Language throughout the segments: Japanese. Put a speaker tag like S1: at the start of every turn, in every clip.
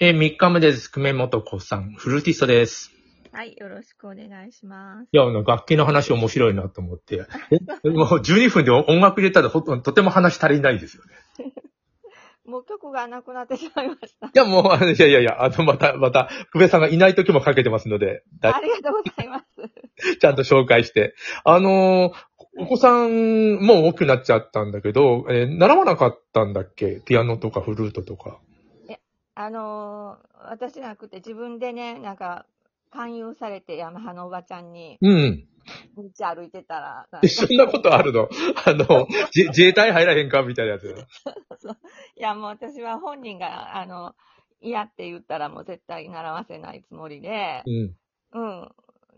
S1: えー、3日目です。久米元子さん、フルーティストです。
S2: はい、よろしくお願いします。
S1: いや、あの、楽器の話面白いなと思 って。えもう12分で音楽入れたらほとんどとても話足りないですよね。
S2: もう曲がなくなってしまいました。
S1: いや、もう、あのいやいやいや、あの、また、また、久米さんがいない時もかけてますので、だ
S2: ありがとうございます。
S1: ちゃんと紹介して。あのーお子さん、もう大きくなっちゃったんだけど、えー習わなかったんだっけピアノとかフルートとか。
S2: あのー私なくて自分でね、なんか、勧誘されてヤマハのおばちゃんに
S1: うん。
S2: 道歩いてたら、 なんか
S1: えそんなことあるのあの、じ自衛隊入らへんかみたいなやつ。
S2: いやもう私は本人が、あの、嫌って言ったらもう絶対習わせないつもりで
S1: う、ん。
S2: うん。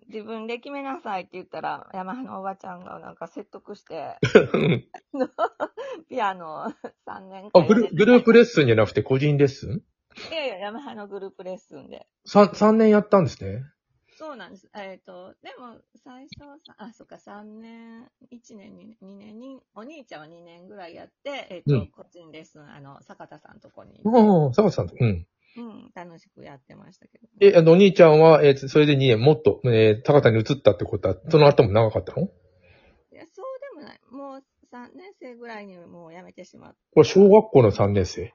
S2: 自分で決めなさいって言ったら、ヤマハのおばちゃんがなんか説得 して、
S1: うん
S2: ピアノを3年
S1: あ
S2: 間
S1: グル、グループレッスンじゃなくて個人レッスン
S2: いやいや、ヤマハのグループレッスンで。
S1: 三、三年やったんですね。
S2: そうなんです。えっ、と、でも、最初はさ、あ、そっか、3年、1年、2年、2年に、お兄ちゃんは2年ぐらいやって、えっ、と、
S1: うん
S2: 個人レッスン、あの、坂田さんとこに、
S1: ああ、坂田さん。うん。
S2: うん、楽しくやってましたけど。
S1: え、あの、お兄ちゃんは、えーそれで2年、もっと、えー高田に移ったってことは、その後も長かったのこ
S2: いや、そうでもない。もう、3年生ぐらいにもう辞めてしまっ
S1: れ、小学校の3年生。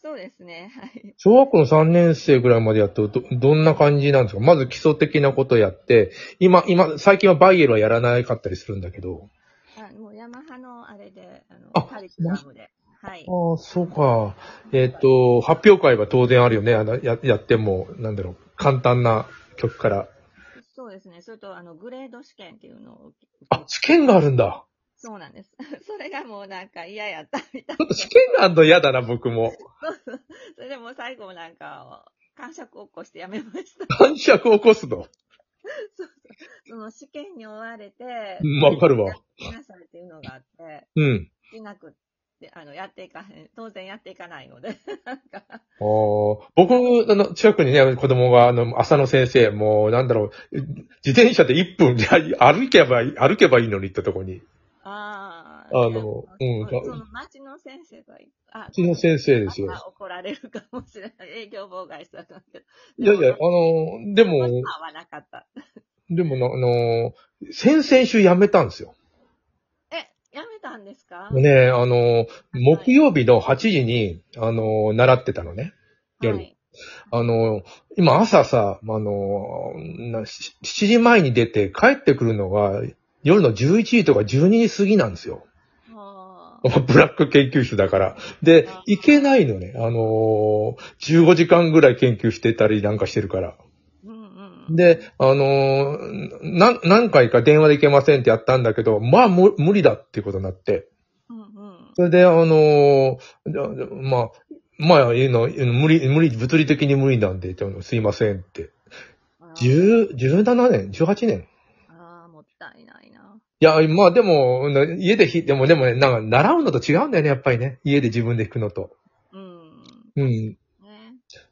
S2: そうですね、はい。
S1: 小学校の3年生ぐらいまでやってると、どんな感じなんですかまず基礎的なことやって、今、今、最近はバイエルはやらなかったりするんだけど。
S2: あもう、ヤマハのあれで、あの、
S1: あ
S2: カリキュラムで。はい。
S1: ああ、そうか。えっ、と、発表会は当然あるよね。あの、や、やっても、なんだろう、簡単な曲から。
S2: そうですね。それと、あの、グレード試験っていうのを受け、
S1: あ、試験があるんだ。
S2: そうなんです。 それがもうなんか嫌やったみたい
S1: ちょっと試験があるの嫌だな、僕も。
S2: それでもう最後なんか、感触を起こしてやめま した。
S1: 感触を起こすの。
S2: その試験に追われて
S1: う、んわかるわ。
S2: やりなさいっていうのがあって、
S1: うん。
S2: しなくって、あの、やっていかへん、当然やっていかないので、なんか、
S1: あー僕、あの、近くにね、子供が、あの、浅野先生、もう、なんだろう、自転車で1分、じゃあ歩けばいい、歩けばいいのにってとこに。
S2: ああ。
S1: あのうん
S2: そその町の先生が、あ、
S1: うちの先生ですよ
S2: ま。た怒られるかもしれない。営業妨害したらあかんけど。
S1: いやいや、あの、で
S2: まあ
S1: も、
S2: 合わなかった。
S1: でもな、あの、先々週辞めたんですよ。
S2: え、やめたんですか
S1: ね、あの、木曜日の8時に、あの、習ってたのね。夜
S2: はい
S1: あの、今朝さ、あの、なし7時前に出て帰ってくるのが夜の11時とか12時過ぎなんですよ。
S2: もう
S1: ブラック研究室だから。で
S2: あ、
S1: 行けないのね。あのー、15時間ぐらい研究してたりなんかしてるから。
S2: うんうん。
S1: で、あのー、な何回か電話で行けませんってやったんだけど、まあも無理だっていうことになって。
S2: うんうん。
S1: それで、あのーじゃじゃまあ、まあ、いうの、無理、無理、物理的に無理なんで、って言うのすいませんって。
S2: あー
S1: 10 17年 ?18 年
S2: ああ、もったいないな。
S1: いや、まあでも、な家でひ、でもでもね、なんか習うのと違うんだよね、やっぱりね。家で自分で弾くのと。
S2: うん。
S1: うん。
S2: ね。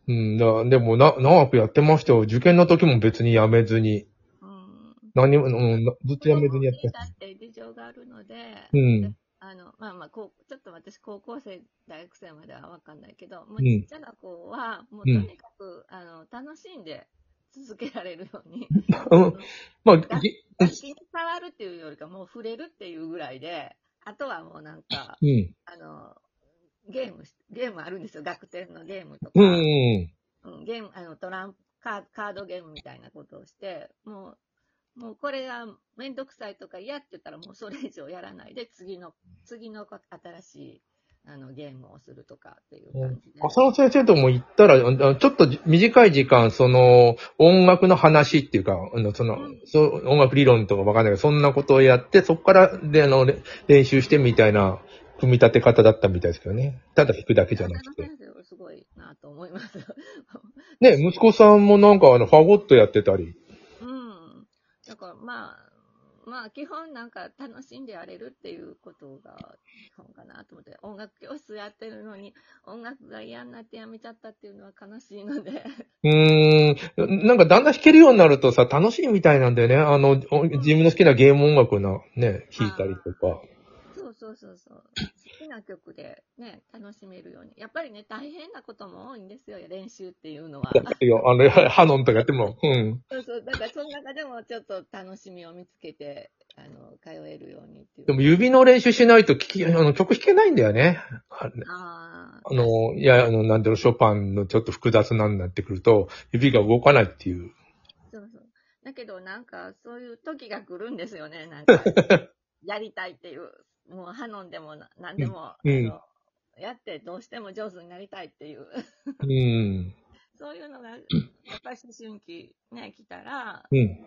S1: うん、だでもな、長くやってましたよ。受験の時も別にやめずに。
S2: うん。
S1: 何も、うん、なずっとやめずにやって
S2: だ。って事情があるので、
S1: うん。
S2: あの、まあまあ、こう、ちょっと私、高校生、大学生まではわかんないけど、
S1: う
S2: もうんちっちゃな子は、もうと
S1: うん
S2: にかく、あの、楽しんで続けられるように、
S1: うん、まあ、ぎ
S2: 楽器に触るっていうよりか、もう触れるっていうぐらいで、あとはもうなんか、
S1: うん。
S2: あの、ゲームし、ゲームあるんですよ。楽天のゲームとか。
S1: うん、うん。
S2: うん、ゲーム、あの、トランプ、カーカードゲームみたいなことをして、もう、もうこれがめんどくさいとか嫌って言ったらもうそれ以上やらないで、次の、次の新しい、あの、ゲームをするとかっていう感じで。
S1: 浅野先生とも行ったら、あちょっと短い時間、その、音楽の話っていうか、あのその
S2: うん、
S1: そう音楽理論とかわかんないけど、そんなことをやって、そこから、で、あの、れ練習してみたいな、組み立て方だったみたいですけどね。ただ弾くだけじゃなくて。
S2: 先生はすごいなと思います。
S1: ね、息子さんもなんか、あの、ファゴットやってたり。
S2: うん。だからまあ、まあ基本なんか楽しんでやれるっていうことが基本かなと思って、音楽教室やってるのに音楽が嫌になってやめちゃったっていうのは悲しいので。
S1: うーん、なんかだんだん弾けるようになるとさ、楽しいみたいなんだよね。あの、お自分の好きなゲーム音楽のね、弾いたりとか。
S2: そうそうそうそう。きな曲でね、楽しめるように。やっぱりね、大変なことも多いんですよ、練習っていうのは。
S1: いや、あの、 ハノンとかやっても、うん。
S2: そうそう、だからその中でもちょっと楽しみを見つけて、あの、通えるようにっていう。
S1: でも指の練習しないと聞き、あの、曲弾けないんだよね。あ
S2: ああ、
S1: あの、いや、あの、なんだろう、ショパンのちょっと複雑なんになってくると、指が動かないっていう。
S2: そうそう。だけどなんか、そういう時が来るんですよね、な んか。やりたいっていう、もうハノンでもな何でも、
S1: うん
S2: あのやってどうしても上手になりたいっていう、
S1: うん。
S2: そういうのが、やっぱり思春期ね、来たら、
S1: うん。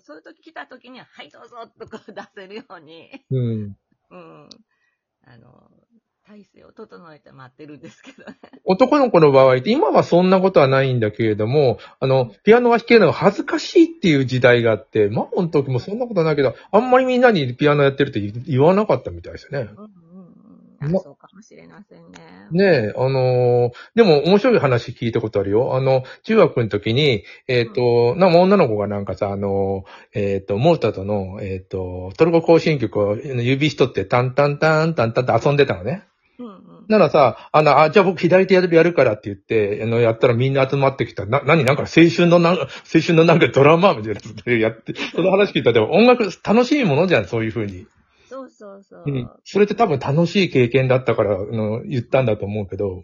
S2: そういう時来た時には、はい、どうぞとか出せるように、
S1: うん。
S2: うん。あの、体勢を整えて待ってるんですけどね。
S1: 男の子の場合って、今はそんなことはないんだけれども、あの、ピアノは弾けるのが恥ずかしいっていう時代があって、マモの時もそんなことはないけど、あんまりみんなにピアノやってるって言言わなかったみたいですね。
S2: うんうんうん。
S1: ま
S2: あそうかもしれませんね。
S1: ねえ、あのーでも面白い話聞いたことあるよ。あの、中学の時に、えっ、と、なんか女の子がなんかさ、あのーえっ、と、モーターとの、えっ、と、トルコ行進曲を指しとって、タンタンタンタンタンって遊んでたのね。
S2: うんうん。
S1: ならさ、あの、あ、じゃあ僕左手やるやるからって言って、あの、やったらみんな集まってきた。な、なになんか青春のなんか、青春のなんかドラマみたいなやつでやって、その話聞いたら、でも音楽楽しいものじゃん、そういうふうに。
S2: そうそうそう。
S1: うん。それって多分楽しい経験だったから、あの、言ったんだと思うけど、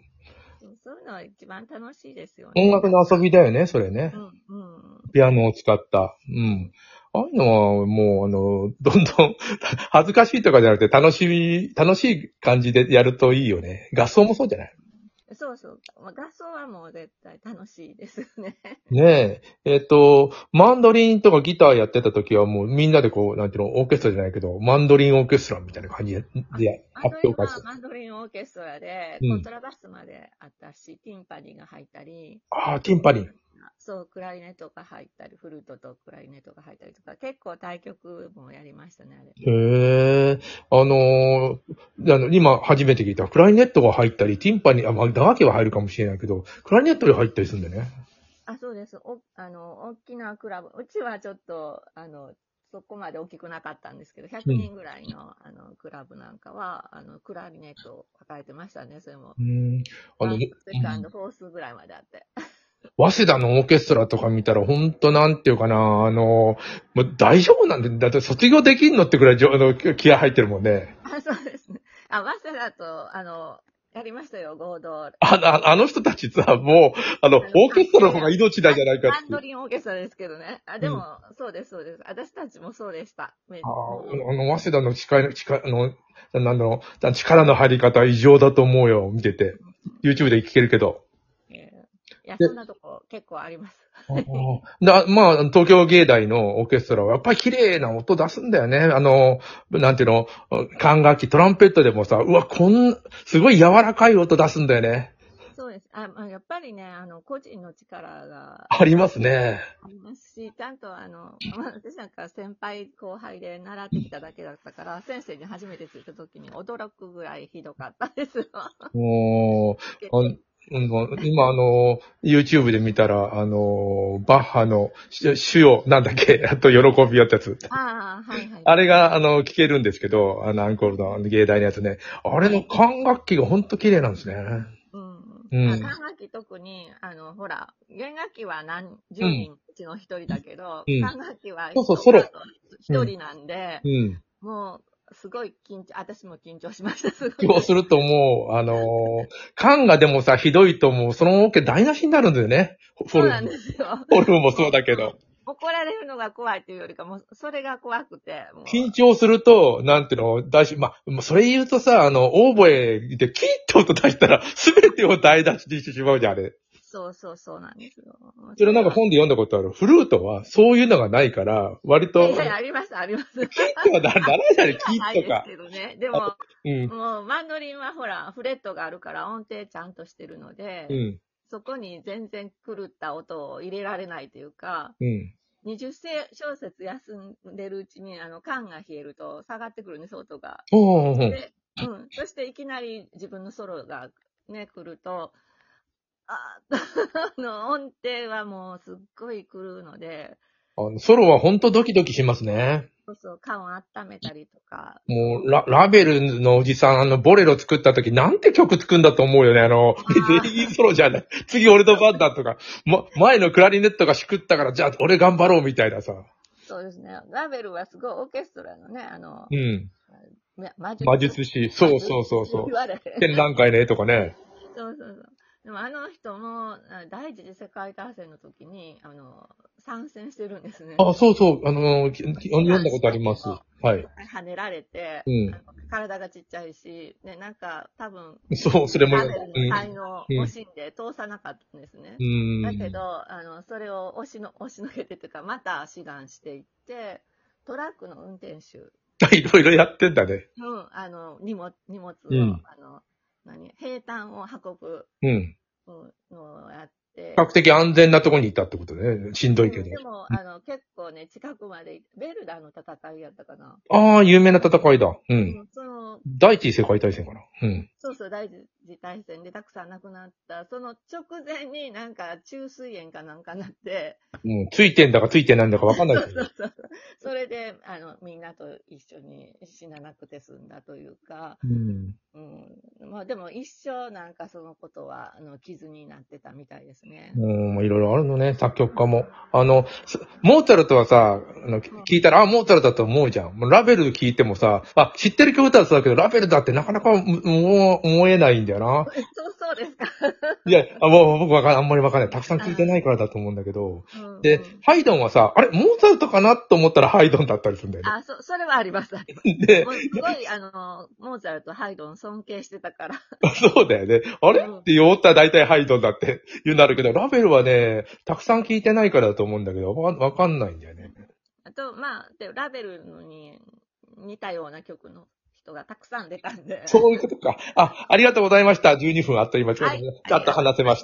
S2: そうそういうのは一番楽しいですよね。
S1: 音楽の遊びだよね、それね
S2: う。んうん。
S1: ピアノを使った。うん。ああいうのはもう、あの、どんどん、恥ずかしいとかじゃなくて、楽しい、楽しい感じでやるといいよね。合奏もそうじゃない
S2: そうそう。まあ合奏はもう絶対楽しいですよね。
S1: ねえ。えっ、と、マンドリンとかギターやってた時はもうみんなでこう、なんていうの、オーケストラじゃないけど、マンドリンオーケストラみたいな感じでで
S2: あ
S1: 発表
S2: と今
S1: 会す、る。
S2: マンドリンオーケストラで、
S1: うん
S2: コントラバスまであったし、ティンパニーが入ったり、
S1: ああ、ティンパリン。
S2: そう、クラリネットが入ったり、フルートとクラリネットが入ったりとか、結構対局もやりましたね、あれ。
S1: へえ、あのーあの、今初めて聞いた、クラリネットが入ったり、ティンパに、あ、まあ、打楽器は入るかもしれないけど、クラリネットで入ったりするんだよね。
S2: あ、そうです。お、あの、大きなクラブ。うちはちょっと、あの、そこまで大きくなかったんですけど、100人ぐらいの、あの、クラブなんかは、あの、クラリネットを抱えてましたね、それも。
S1: うん。あの、
S2: ワンセカン
S1: 早
S2: ド、フォースぐらいまであって。
S1: 稲田のオーケストラとか見たら、ほんとなんていうかな、あのーもう大丈夫なんで、だって卒業できんのってくらいじょ、あの、気合入ってるもんね。
S2: あ、そうですね。あ、マサダと、あの、やりましたよ、合同。
S1: あの、あの人たちさ、もう、あの、オーケストラの方が命だじゃないか
S2: マン
S1: って
S2: ド。リンオーケストラですけどね。あ、でも、そうです、そうです。私たちもそうでした。め
S1: あーあの、早稲田の力の、力の、なんだろう、力の入り方異常だと思うよ、見てて。YouTube で聞けるけ ど。
S2: えーいや、そんなとこ結構あります。
S1: だまあ、東京芸大のオーケストラはやっぱり綺麗な音出すんだよね。あの、なんていうの、管楽器、トランペットでもさ、うわ、こん、すごい柔らかい音出すんだよね。
S2: そうです。あ、まあ、やっぱりね、あの、個人の力が
S1: ありますね。
S2: ありますし、ちゃんとあ の、まあ私なんか先輩後輩で習ってきただけだったから、先生に初めてついた時に驚くぐらいひどかったです よ。
S1: もう、あんうん今あの、YouTube で見たら、あの、バッハの主主よ、なんだっけ、 あと喜びよってやつ。
S2: ああ、はいはい。
S1: あれが、あの、聞けるんですけど、あの、アンコールのあの芸大のやつね。あれの管楽器がほんと綺麗なんですね。
S2: うん。
S1: うん
S2: まあ管楽器特に、あの、ほら、弦楽器は何、10人のうちの1人だけど、
S1: うん
S2: 管楽器は
S1: そうそうソロ
S2: 1人なんで、
S1: うん。
S2: もう、すごい緊張、私も緊張しました、すごい。
S1: そうするともう、あのー、缶がでもさ、ひどいともう、そのオケ台無しになるんだよね。フォ
S2: そう
S1: ル
S2: なん
S1: ム
S2: で。すよ。
S1: フォルムもそうだけど。
S2: 怒られるのが怖いっていうよりか、もう、それが怖くて、もう。
S1: 緊張すると、なんていうの、だし、まあ、それ言うとさ、あの、オーボエでキーって音出したら、 すべてを台無しにしてしまうじゃん、あれ。
S2: そうそうそうなんですよ。
S1: それなんか本で読んだことある。フルートは、そういうのがないから、割と、
S2: いやいやあります、あり ます。
S1: キーってはなならないじゃん、キ
S2: な
S1: ーと
S2: いです
S1: か。
S2: けどね。でも、
S1: うん。
S2: もう、マンドリンはほら、フレットがあるから音程ちゃんとしてるので、
S1: うん。
S2: そこに全然狂った音を入れられないというか、
S1: うん。
S2: 20小節休んでるうちに、あの、缶が冷えると下がってくるんです、音が。
S1: おー
S2: で、うん。そしていきなり自分のソロがね、来ると、あー あの、音程はもうすっごい狂うので、
S1: あのソロはほんとドキドキしますね。
S2: そうそう、缶を温めたりとか。
S1: もう、ラ、ラベルのおじさん、あの、ボレロ作った時、なんて曲作るんだと思うよね。あの、
S2: ー
S1: 全員ソロじゃない。次俺の番だとか、ま、前のクラリネットがしくったから、じゃあ俺頑張ろうみたいなさ。
S2: そうですね。ラベルはすごいオーケストラのね、あの
S1: う、ん。
S2: ま魔術
S1: 魔術師。そうそうそうそ
S2: 言われ
S1: う。展覧会ね、とかね。
S2: そうそうそう。でもあの人も、あ第一次世界大戦の時に、あの、参戦してるんですね。
S1: あ、そうそう。あの、きき読んだことあります。はい。
S2: 跳ねられて、
S1: うん
S2: あの体がちっちゃいし、ね、なんか多分、
S1: そう、それも、う
S2: ラベルの才
S1: ん。
S2: 能を
S1: うん
S2: 惜しんで通さなかったんですね。
S1: うん。
S2: だけど、あの、それを押しの、押しのけてというか、また志願していって、トラックの運転手、
S1: いろいろやってんだね。
S2: うん、あの、荷物、荷物を、
S1: うん
S2: あの、何、平坦を運ぶ
S1: うん。
S2: うんのをやって
S1: 比、較的安全なとこにいたってことね。しんどいけ
S2: うん
S1: ど
S2: で。も、あの、結構ね、近くまで行って、ベルダーの戦いやったかな。
S1: ああ、有名な戦いだ。う。
S2: うんんその、
S1: 第一次世界大戦かな。うん。
S2: そうそう、第一次大戦でたくさん亡くなった、その直前になんか、虫垂炎かなんかなって、
S1: うん。ついてんだかついてないんだかわかんない けど。
S2: それで、あの、みんなと一緒に死ななくて済んだというか、
S1: うん。
S2: うん、まあでも一生なんかそのことは、あの、傷になってたみたいですね。
S1: うん、まあいろいろあるのね、作曲家も。あの、すモーツァルトはさ、あの、き聞いたら、あ、モーツァルトだと思うじゃん。もうラベル聞いてもさ、あ、知ってる曲だとだけど、ラベルだってなかなかももう思えないんだよな。
S2: そう、そうですか。
S1: いや、あもう僕わかんあんまりわかんない。たくさん聞いてないからだと思うんだけど。
S2: うん
S1: で、ハイドンはさ、あれ、モーツァルトかなと思ったらハイドンだったりするんだよ
S2: あ、そ、それはあります、あります。
S1: ね。で
S2: も、うすごい、あの、モーツァルト、ハイドン尊敬してたから。
S1: そうだよね。あれ
S2: うん
S1: って思ったら大体ハイドンだって言うなるけど、ラベルはね、たくさん聞いてないからだと思うんだけど、わわかんないんだよね。
S2: あと、まあ、で、ラベルのに似たような曲の人がたくさん出たんで。
S1: そういうことか。あ、ありがとうございました。12分あっという間。ちょうど
S2: はい
S1: ね、ちょっと話せました。